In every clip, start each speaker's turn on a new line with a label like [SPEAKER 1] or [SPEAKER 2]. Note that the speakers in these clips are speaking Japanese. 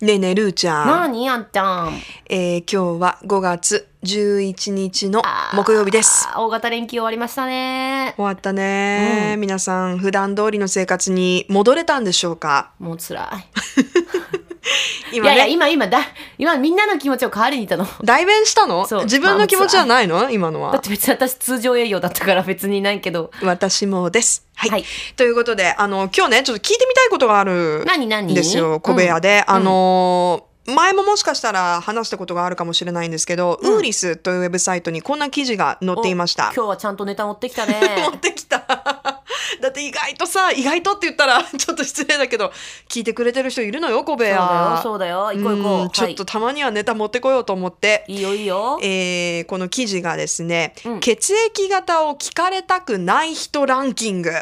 [SPEAKER 1] ねえねえるーちゃ、
[SPEAKER 2] なんにやんちゃん。
[SPEAKER 1] えー今日は5月11日の木曜日です。
[SPEAKER 2] あー。大型連休終わりましたね。
[SPEAKER 1] 終わったね、
[SPEAKER 2] う
[SPEAKER 1] 皆さん普段通りの生活に戻れたんでしょうか
[SPEAKER 2] もう辛い。い
[SPEAKER 1] 今
[SPEAKER 2] やいや、
[SPEAKER 1] ね
[SPEAKER 2] 今今だ、今みんなの気持ちを変わりにいたの。だ
[SPEAKER 1] 代弁したの
[SPEAKER 2] そう
[SPEAKER 1] 自分の気持ちはないの今の
[SPEAKER 2] っ
[SPEAKER 1] は
[SPEAKER 2] て別に私通常営業だったから別にないけど。
[SPEAKER 1] 私もですはい、
[SPEAKER 2] はい
[SPEAKER 1] ということであの今日ねちょっと聞いてみたいことがある
[SPEAKER 2] 何何
[SPEAKER 1] んですよ小部屋で、あのー前ももしかしたら話したことがあるかもしれないんですけど、ウーリスというウェブサイトにこんな記事が載っていました
[SPEAKER 2] お。今日はちゃんとネタ持って きた
[SPEAKER 1] 持っ
[SPEAKER 2] ね。
[SPEAKER 1] てきた。だって意外とさ、意外とって言ったら ちょっと失礼だけど、聞いてくれてる人いるのよ、小部屋。
[SPEAKER 2] そうだよ、そうだよ。行こう行こう。
[SPEAKER 1] うんちょっ
[SPEAKER 2] は
[SPEAKER 1] とたまにはネタ持ってこようと思って
[SPEAKER 2] い、、いいよいいよ。
[SPEAKER 1] えーこの記事がですね、
[SPEAKER 2] うん
[SPEAKER 1] 血液型を聞かれたくない人ランキング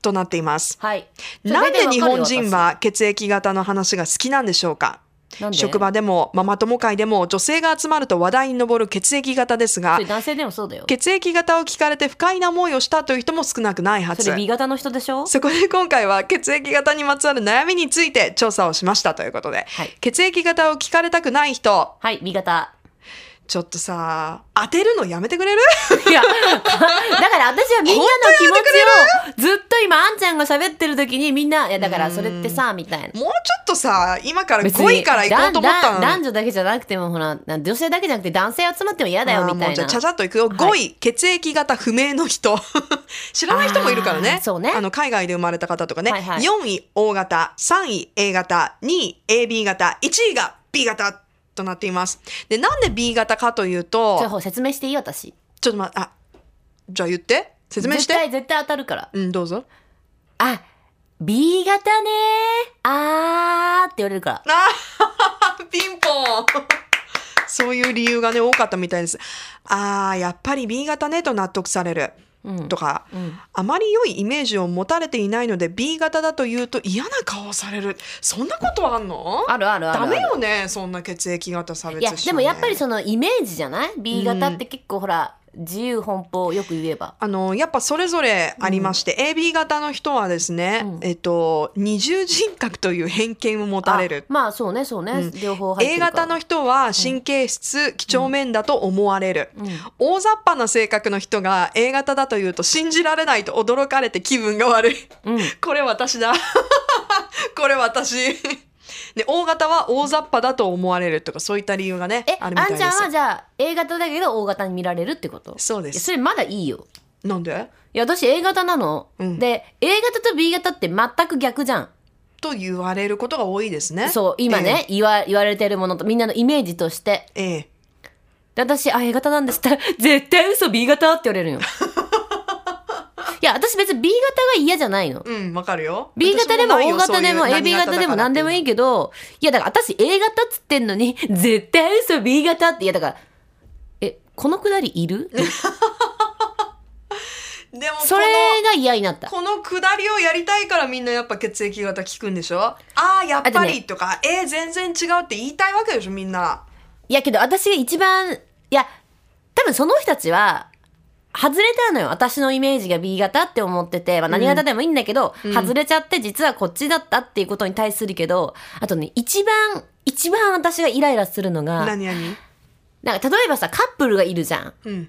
[SPEAKER 1] となっています。
[SPEAKER 2] はい。
[SPEAKER 1] なんで日本人
[SPEAKER 2] ちょっと大体わか
[SPEAKER 1] は血液型の話が好きなんでしょうか
[SPEAKER 2] るよ私なんで
[SPEAKER 1] 職場でもママ友会でも女性が集まると話題に上る血液型ですが
[SPEAKER 2] それ、男性でもそうだよ。
[SPEAKER 1] 血液型を聞かれて不快な思いをしたという人も少なくないはず
[SPEAKER 2] それ B 型の人でしょ
[SPEAKER 1] そこで今回は血液型にまつわる悩みについて調査をしましたということで、
[SPEAKER 2] はい
[SPEAKER 1] 血液型を聞かれたくない人
[SPEAKER 2] はい、B 型。
[SPEAKER 1] ちょっとさ当てるのやめてくれる
[SPEAKER 2] いや、だから私はみんなの気持ちをずっと今、あんちゃんが喋ってる時にみんな、いやだからそれってさ、みたいな。
[SPEAKER 1] もうちょっとさ今から
[SPEAKER 2] 別
[SPEAKER 1] 5位から行こうと思っ
[SPEAKER 2] だ
[SPEAKER 1] た
[SPEAKER 2] んだ
[SPEAKER 1] の
[SPEAKER 2] ん男女だけじゃなくても、ほら、な女性だけじゃなくて男性集まっても嫌だよ、
[SPEAKER 1] あー
[SPEAKER 2] みた
[SPEAKER 1] もう
[SPEAKER 2] い
[SPEAKER 1] じゃ
[SPEAKER 2] な
[SPEAKER 1] あ。ちゃちゃっといくよ、
[SPEAKER 2] い
[SPEAKER 1] 5位血液型不明の人 知らない人もいるからね
[SPEAKER 2] あーそうね
[SPEAKER 1] あの海外で生まれた方とかね、
[SPEAKER 2] はいはい
[SPEAKER 1] 4位 O 型3位 A 型2位 AB 型1位が B 型となっていますでなんで B 型かというと
[SPEAKER 2] ちょっと説明していい私。
[SPEAKER 1] ちょっと待って、あ、じゃあ言って。説明し
[SPEAKER 2] 絶対、
[SPEAKER 1] て。
[SPEAKER 2] 絶対当たるから。
[SPEAKER 1] うん、どうぞ。
[SPEAKER 2] あ、B 型ねあーって言われるから。
[SPEAKER 1] あ ーピンポン そういう理由がね、多かったみたいです。あー、やっぱり B 型ねと納得される。
[SPEAKER 2] うん
[SPEAKER 1] とか、
[SPEAKER 2] うん
[SPEAKER 1] あまり良いイメージを持たれていないので B 型だと言うと嫌な顔をされる。そんなことあんの
[SPEAKER 2] あるあるある
[SPEAKER 1] ダ
[SPEAKER 2] ある。
[SPEAKER 1] メよね、そんな血液型差別
[SPEAKER 2] いや、
[SPEAKER 1] し
[SPEAKER 2] でもやっぱり
[SPEAKER 1] そ
[SPEAKER 2] そのイメージじゃない ?B 型って結構ほら、自由奔放よく言えば。
[SPEAKER 1] あのやっぱそれぞれありまして、AB 型の人はですね、
[SPEAKER 2] うん
[SPEAKER 1] えっと二重人格という偏見を持たれる
[SPEAKER 2] あまあそうねそうね、
[SPEAKER 1] うん
[SPEAKER 2] 両方入って
[SPEAKER 1] A
[SPEAKER 2] るから
[SPEAKER 1] 型の人は神経質、几帳面だと思われる、
[SPEAKER 2] うん
[SPEAKER 1] 大雑把な性格の人が A 型だというと信じられないと驚かれて気分が悪い
[SPEAKER 2] うん
[SPEAKER 1] これ私だ これ私で O 型は大雑把だと思われるとかそういった理由がね
[SPEAKER 2] え
[SPEAKER 1] ある
[SPEAKER 2] あ
[SPEAKER 1] みたい
[SPEAKER 2] ん
[SPEAKER 1] で
[SPEAKER 2] ち
[SPEAKER 1] す
[SPEAKER 2] ゃんはじゃあ A 型だけど O 型に見られるってこと
[SPEAKER 1] そうで
[SPEAKER 2] いや
[SPEAKER 1] す
[SPEAKER 2] それまだいいよ
[SPEAKER 1] なんで
[SPEAKER 2] いや私 A 型なの、
[SPEAKER 1] うん
[SPEAKER 2] で A 型と B 型って全く逆じゃん
[SPEAKER 1] と言われることが多いですね
[SPEAKER 2] そう今ね、言わ言われてるものとみんなのイメージとして
[SPEAKER 1] ええええ
[SPEAKER 2] で私あ A 型なんですって言ったら 絶対嘘 B 型って言われるよ いや私別に B 型が嫌じゃないの
[SPEAKER 1] うんわかるよ
[SPEAKER 2] B 型でも O 型でも AB 型でも何でもい
[SPEAKER 1] い
[SPEAKER 2] いけど、いやだから私 A 型っつってんのに、絶対嘘 B 型って、いやだから、え、このくだりいる
[SPEAKER 1] でも
[SPEAKER 2] それが嫌になった。
[SPEAKER 1] この下りをやりたいからみんなやっぱ血液型聞くんでしょああやっぱ
[SPEAKER 2] あと
[SPEAKER 1] り
[SPEAKER 2] ね
[SPEAKER 1] とか、えー、全然違うって言いたいわけでしょみんない
[SPEAKER 2] やけど私が一番、いや、多分その人たちは、外れたのよ。私のイメージが B 型って思ってて、まあ何型でもいいんだけど、外れちゃって実はこっちだったっていうことに対するけど、あとね、一番、一番私がイライラするのが、
[SPEAKER 1] 何々
[SPEAKER 2] なんか例えばさ、カップルがいるじゃん。
[SPEAKER 1] うん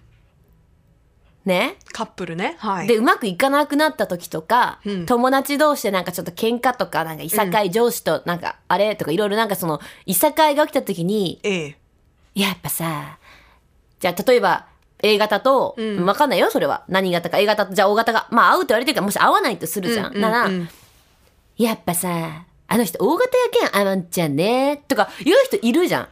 [SPEAKER 2] ね
[SPEAKER 1] カップルねはい
[SPEAKER 2] でうまくいかなくなった時とか、
[SPEAKER 1] うん
[SPEAKER 2] 友達同士でなんかちょっと喧嘩とかなんかいさかい上司となんかあれとかいろいろなんかそのいさかいが起きた時に
[SPEAKER 1] ええ
[SPEAKER 2] やっぱさじゃあ例えば A 型と、
[SPEAKER 1] うん
[SPEAKER 2] わかんないよそれは何型か A 型とじゃあ O 型がまあ合うと言われてるからもし合わないとするじゃん。
[SPEAKER 1] うう
[SPEAKER 2] なら、
[SPEAKER 1] うん
[SPEAKER 2] やっぱさあの人 O 型やけんあまんちゃんねとか言う人いるじゃん。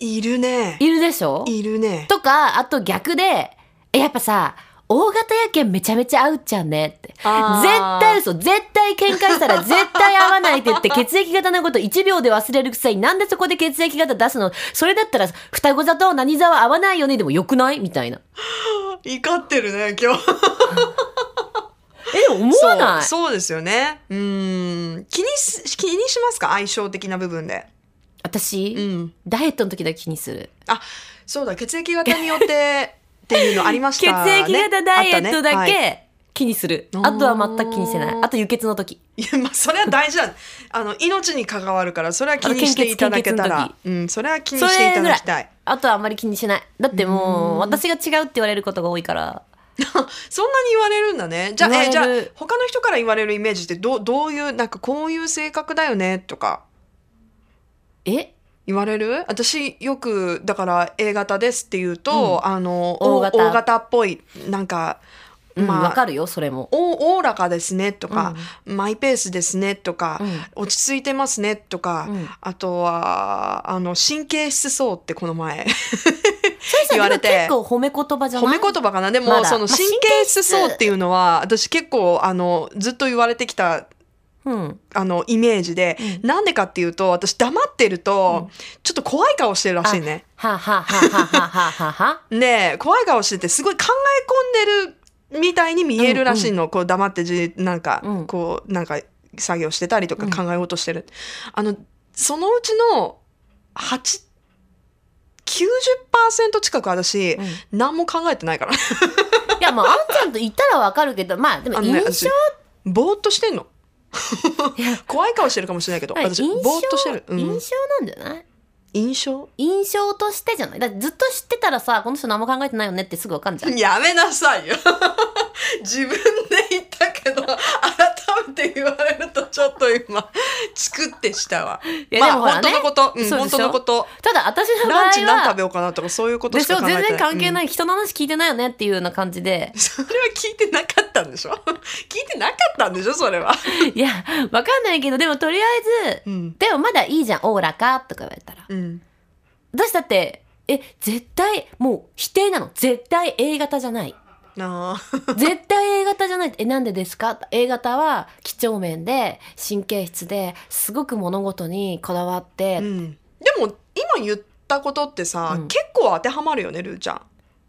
[SPEAKER 1] いるね
[SPEAKER 2] いるでしょ
[SPEAKER 1] いるね
[SPEAKER 2] とか、あと逆で、えやっぱさ、大型やけんめちゃめちゃ合うっちゃうねって。絶
[SPEAKER 1] あー
[SPEAKER 2] 対嘘。絶対喧嘩したら絶対合わないって言って、血液型のこと1秒で忘れるくせになんでそこで血液型出すのそれだったら双子座と何座は合わないよねでもよくないみたいな。
[SPEAKER 1] 怒ってるね今日
[SPEAKER 2] え、でも思わない
[SPEAKER 1] そうそうですよねうん気にし気にしますか相性的な部分で
[SPEAKER 2] 私、
[SPEAKER 1] うん
[SPEAKER 2] ダイエットの時だけ気にする。
[SPEAKER 1] あそうだ血液型によってっていうのありまし
[SPEAKER 2] 血
[SPEAKER 1] たね
[SPEAKER 2] 液型ダイエットだ
[SPEAKER 1] あったねはい
[SPEAKER 2] け、気にする
[SPEAKER 1] あー
[SPEAKER 2] あとは全く気にしてないあと輸血の時
[SPEAKER 1] いや、まあ、それは大事だ。あの、命に関わるから、それは気にしていただけた
[SPEAKER 2] あの
[SPEAKER 1] ら
[SPEAKER 2] 献。
[SPEAKER 1] うん、それは気に
[SPEAKER 2] そ
[SPEAKER 1] してい
[SPEAKER 2] れ
[SPEAKER 1] た
[SPEAKER 2] ぐ
[SPEAKER 1] だ
[SPEAKER 2] らい
[SPEAKER 1] きたい。
[SPEAKER 2] あとはあんまり気にしないだってもう私が違うって言われることが多いから
[SPEAKER 1] そんなに言われるんだね。じゃあ、
[SPEAKER 2] 言われ
[SPEAKER 1] え、
[SPEAKER 2] る
[SPEAKER 1] じゃあ、他の人から言われるイメージって、どう、どういう、なんか、こういう性格だよね、とか。
[SPEAKER 2] え
[SPEAKER 1] 言われる私よくだから A 型ですって言うと、あの
[SPEAKER 2] O
[SPEAKER 1] O
[SPEAKER 2] 型
[SPEAKER 1] O 型っぽいなんか
[SPEAKER 2] うん、
[SPEAKER 1] まあ
[SPEAKER 2] わかるよそれも
[SPEAKER 1] おおおらかですねとか、マイペースですねとか、落ち着いてますねとか、
[SPEAKER 2] うん
[SPEAKER 1] あとはあの神経質そうってこの 前
[SPEAKER 2] 言
[SPEAKER 1] 言
[SPEAKER 2] わ
[SPEAKER 1] わ
[SPEAKER 2] れ
[SPEAKER 1] れ
[SPEAKER 2] て
[SPEAKER 1] て
[SPEAKER 2] 結構褒め言葉じゃ
[SPEAKER 1] 褒
[SPEAKER 2] ない
[SPEAKER 1] め言葉かなでも、
[SPEAKER 2] まだ
[SPEAKER 1] その
[SPEAKER 2] まあ
[SPEAKER 1] 神経質そうっていうのは私結構あのずっと言われてきた
[SPEAKER 2] うん
[SPEAKER 1] あのイメージで、なんでかっていうと私黙ってると、ちょっと怖い顔してるらしいね。
[SPEAKER 2] はははははははは
[SPEAKER 1] で怖い顔しててすごい考え込んでるみたいに見えるらしいの、こう黙ってじなんか、
[SPEAKER 2] うん
[SPEAKER 1] こうなんか作業してたりとか考え事してる、あのそのうちの8 90%近く私、何も考えてないから
[SPEAKER 2] いやまああんちゃんと言ったらわかるけどまあでも
[SPEAKER 1] あのね
[SPEAKER 2] 印
[SPEAKER 1] 私
[SPEAKER 2] 象、
[SPEAKER 1] ぼーっとしてんの
[SPEAKER 2] いや
[SPEAKER 1] 怖い顔してるかもしれないけど
[SPEAKER 2] はい
[SPEAKER 1] 私
[SPEAKER 2] 印象
[SPEAKER 1] ぼーっとしてる、うん
[SPEAKER 2] 印象なんじゃない
[SPEAKER 1] 印象
[SPEAKER 2] 印象としてじゃないだってずっと知ってたらさこの人何も考えてないよねってすぐわかるじゃん
[SPEAKER 1] やめなさいよ 自分で言ったけど改めて言われるとちょっと今チクってしたわ
[SPEAKER 2] い
[SPEAKER 1] まあ
[SPEAKER 2] やでもほら
[SPEAKER 1] 本
[SPEAKER 2] ね
[SPEAKER 1] 当のこと、うん
[SPEAKER 2] そうで
[SPEAKER 1] 本
[SPEAKER 2] しょ
[SPEAKER 1] 当のこと
[SPEAKER 2] ただ私の場合は
[SPEAKER 1] ランチ何食べようかなとかそういうこと
[SPEAKER 2] で
[SPEAKER 1] し
[SPEAKER 2] しょ
[SPEAKER 1] か考えてな
[SPEAKER 2] 全
[SPEAKER 1] い
[SPEAKER 2] 然関係
[SPEAKER 1] い、
[SPEAKER 2] ない、人の話聞いてないよねっていうような感じで
[SPEAKER 1] うんそれは聞いてなかったんでしょ聞いてなかったんでしょそれは、
[SPEAKER 2] いやわかんないけどでもとりあえず、
[SPEAKER 1] うん
[SPEAKER 2] でもまだいいじゃんおおらかとか言われたら
[SPEAKER 1] うん、
[SPEAKER 2] 私だってえ絶対もう否定なの絶対 A 型じ ゃない
[SPEAKER 1] あ
[SPEAKER 2] 絶対 A 型じゃないってえなんでですか A 型は几帳面で神経質ですごく物事にこだわっ
[SPEAKER 1] ー、
[SPEAKER 2] て、
[SPEAKER 1] う
[SPEAKER 2] い
[SPEAKER 1] ん、でも今言ったことってさ、
[SPEAKER 2] うん
[SPEAKER 1] 結構当てはまるよねルーちゃん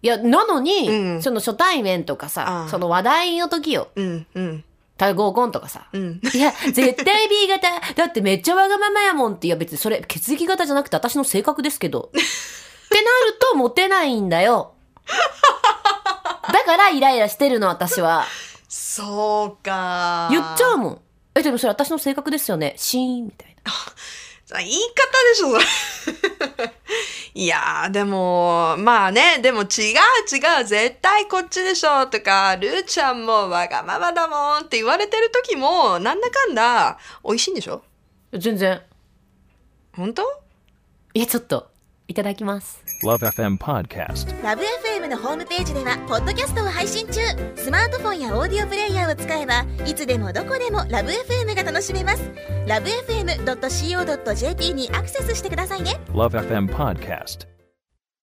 [SPEAKER 2] やなのに、
[SPEAKER 1] うん
[SPEAKER 2] その初対面とかさ
[SPEAKER 1] あー
[SPEAKER 2] その話題の時よ
[SPEAKER 1] うんうん
[SPEAKER 2] た合コンとか さ
[SPEAKER 1] うん
[SPEAKER 2] いや絶対 B 型だってめっちゃわがままやもんっていや別にそれ血液型じゃなくて私の性格ですけどってなるとモテないん だよだからイライラしてるの私は
[SPEAKER 1] そうか
[SPEAKER 2] 言っちゃうもんえでもそれ私の性格ですよねシーンみたいな
[SPEAKER 1] 言い方でしょ、それ。 いやー、でも、まあね、でも違う違う、絶対こっちでしょとか、ルーちゃんもわがままだもんって言われてる時も、なんだかんだ、美味しいんでしょ
[SPEAKER 2] 全然
[SPEAKER 1] 本当
[SPEAKER 2] いやちょっといただきます
[SPEAKER 3] Love FM Podcast.
[SPEAKER 4] ラブ f m のホームページではポッドキャストを配信中スマートフォンやオーディオプレイヤーを使えばいつでもどこでもラブ f m が楽しめますラブ FM.co.jp にアクセスしてくださいね
[SPEAKER 3] Love FM Podcast.